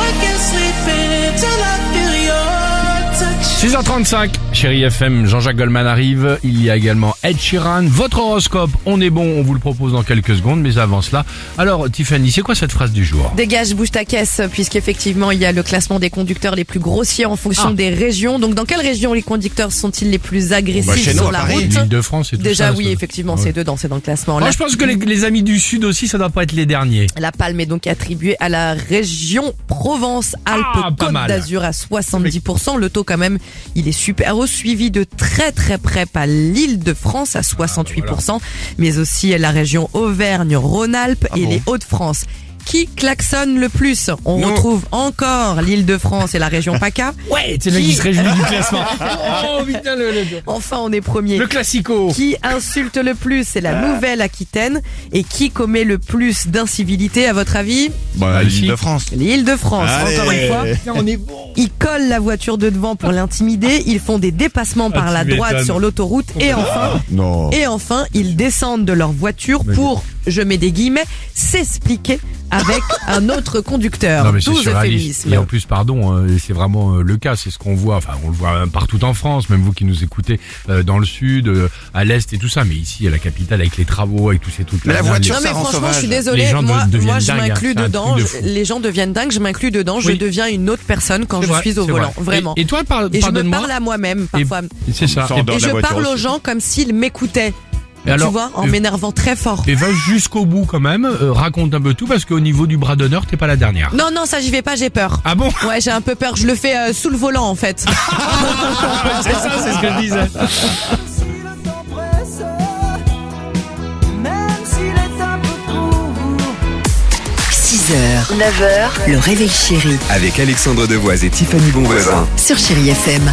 I can't sleep until I feel your touch. 6h35, chérie FM, Jean-Jacques Goldman arrive. Il y a également Ed Sheeran. Votre horoscope, on est bon, on vous le propose dans quelques secondes, mais avant cela. Alors, Tiffany, c'est quoi cette phrase du jour Dégage, bouge ta caisse, puisqu'effectivement, il y a le classement des conducteurs les plus grossiers en fonction Ah. des régions. Donc, dans quelle région les conducteurs sont-ils les plus agressifs Bah, chez nous, sur à la Paris, route L'Île-de-France et tout ça. Déjà, ça oui, doit- effectivement, Ouais. c'est dedans, c'est dans le classement. Moi, La, je pense que les, les amis du Sud aussi, ça doit pas être les derniers. la palme est donc attribuée à la région Ah, pas Provence-Alpes-Côte mal. d'Azur à 70%. Le taux, quand même, il est super haut, suivi de très, très près par l'île de France à Ah, ben 68%, mais aussi la région Auvergne-Rhône-Alpes et Ah bon les Hauts-de-France. Qui klaxonne le plus On Nous. retrouve encore l'Île-de-France et la région PACA. Ouais, c'est le mec qui se réjouit du classement. Oh putain, le, le, Enfin, on est premier. le Ah. classico. Qui insulte le plus C'est la Nouvelle-Aquitaine. Et qui commet le plus d'incivilité, à votre avis Bah, l'île de France. L'Île-de-France, Allez. encore une fois. on est bon. Ils collent la voiture de devant pour l'intimider. Ils font des dépassements par Ah, tu la droite m'étonnes. Ah, sur l'autoroute. Et enfin, Non. et enfin, ils descendent de leur voiture Mais pour, je mets des guillemets, s'expliquer avec un autre conducteur. Non mais c'est 12 surréaliste. euphémismes. Et en plus, pardon, euh, c'est vraiment euh, le cas, c'est ce qu'on voit. Enfin, on le voit euh, partout en France, même vous qui nous écoutez euh, dans le sud, euh, à l'est et tout ça. Mais ici, à la capitale, avec les travaux, avec tous ces trucs. Mais la voiture, Non mais ça rend franchement, je suis sauvage. désolée. Les gens moi, de- deviennent moi, je dingues, hein. m'inclus C'est un dedans. truc de fou. je- les gens deviennent dingues. Je m'inclus dedans. Je Oui. deviens une autre personne quand je suis au volant. Vraiment. Et, Et, toi, par- je me pardonne-moi. parle à moi-même parfois. Et C'est ça. On sort Et- de- Et, Dans je la voiture parle aux aussi. euh, gens comme s'ils m'écoutaient. Et alors, tu vois, en et- m'énervant très fort. Et va jusqu'au bout quand même. euh, raconte un peu tout parce qu'au niveau du bras d'honneur, t'es pas la dernière. Non, non, ça j'y vais pas. J'ai peur. Ah bon Ouais, j'ai un peu peur. Je le fais euh, sous le volant en fait. Ah, C'est ça, c'est ce que je disais. si le temps presse, même s'il est un peu court. 6h, 9h, le réveil chéri Avec Alexandre Devoise et Tiffany Bonvoisin. sur Chéri FM.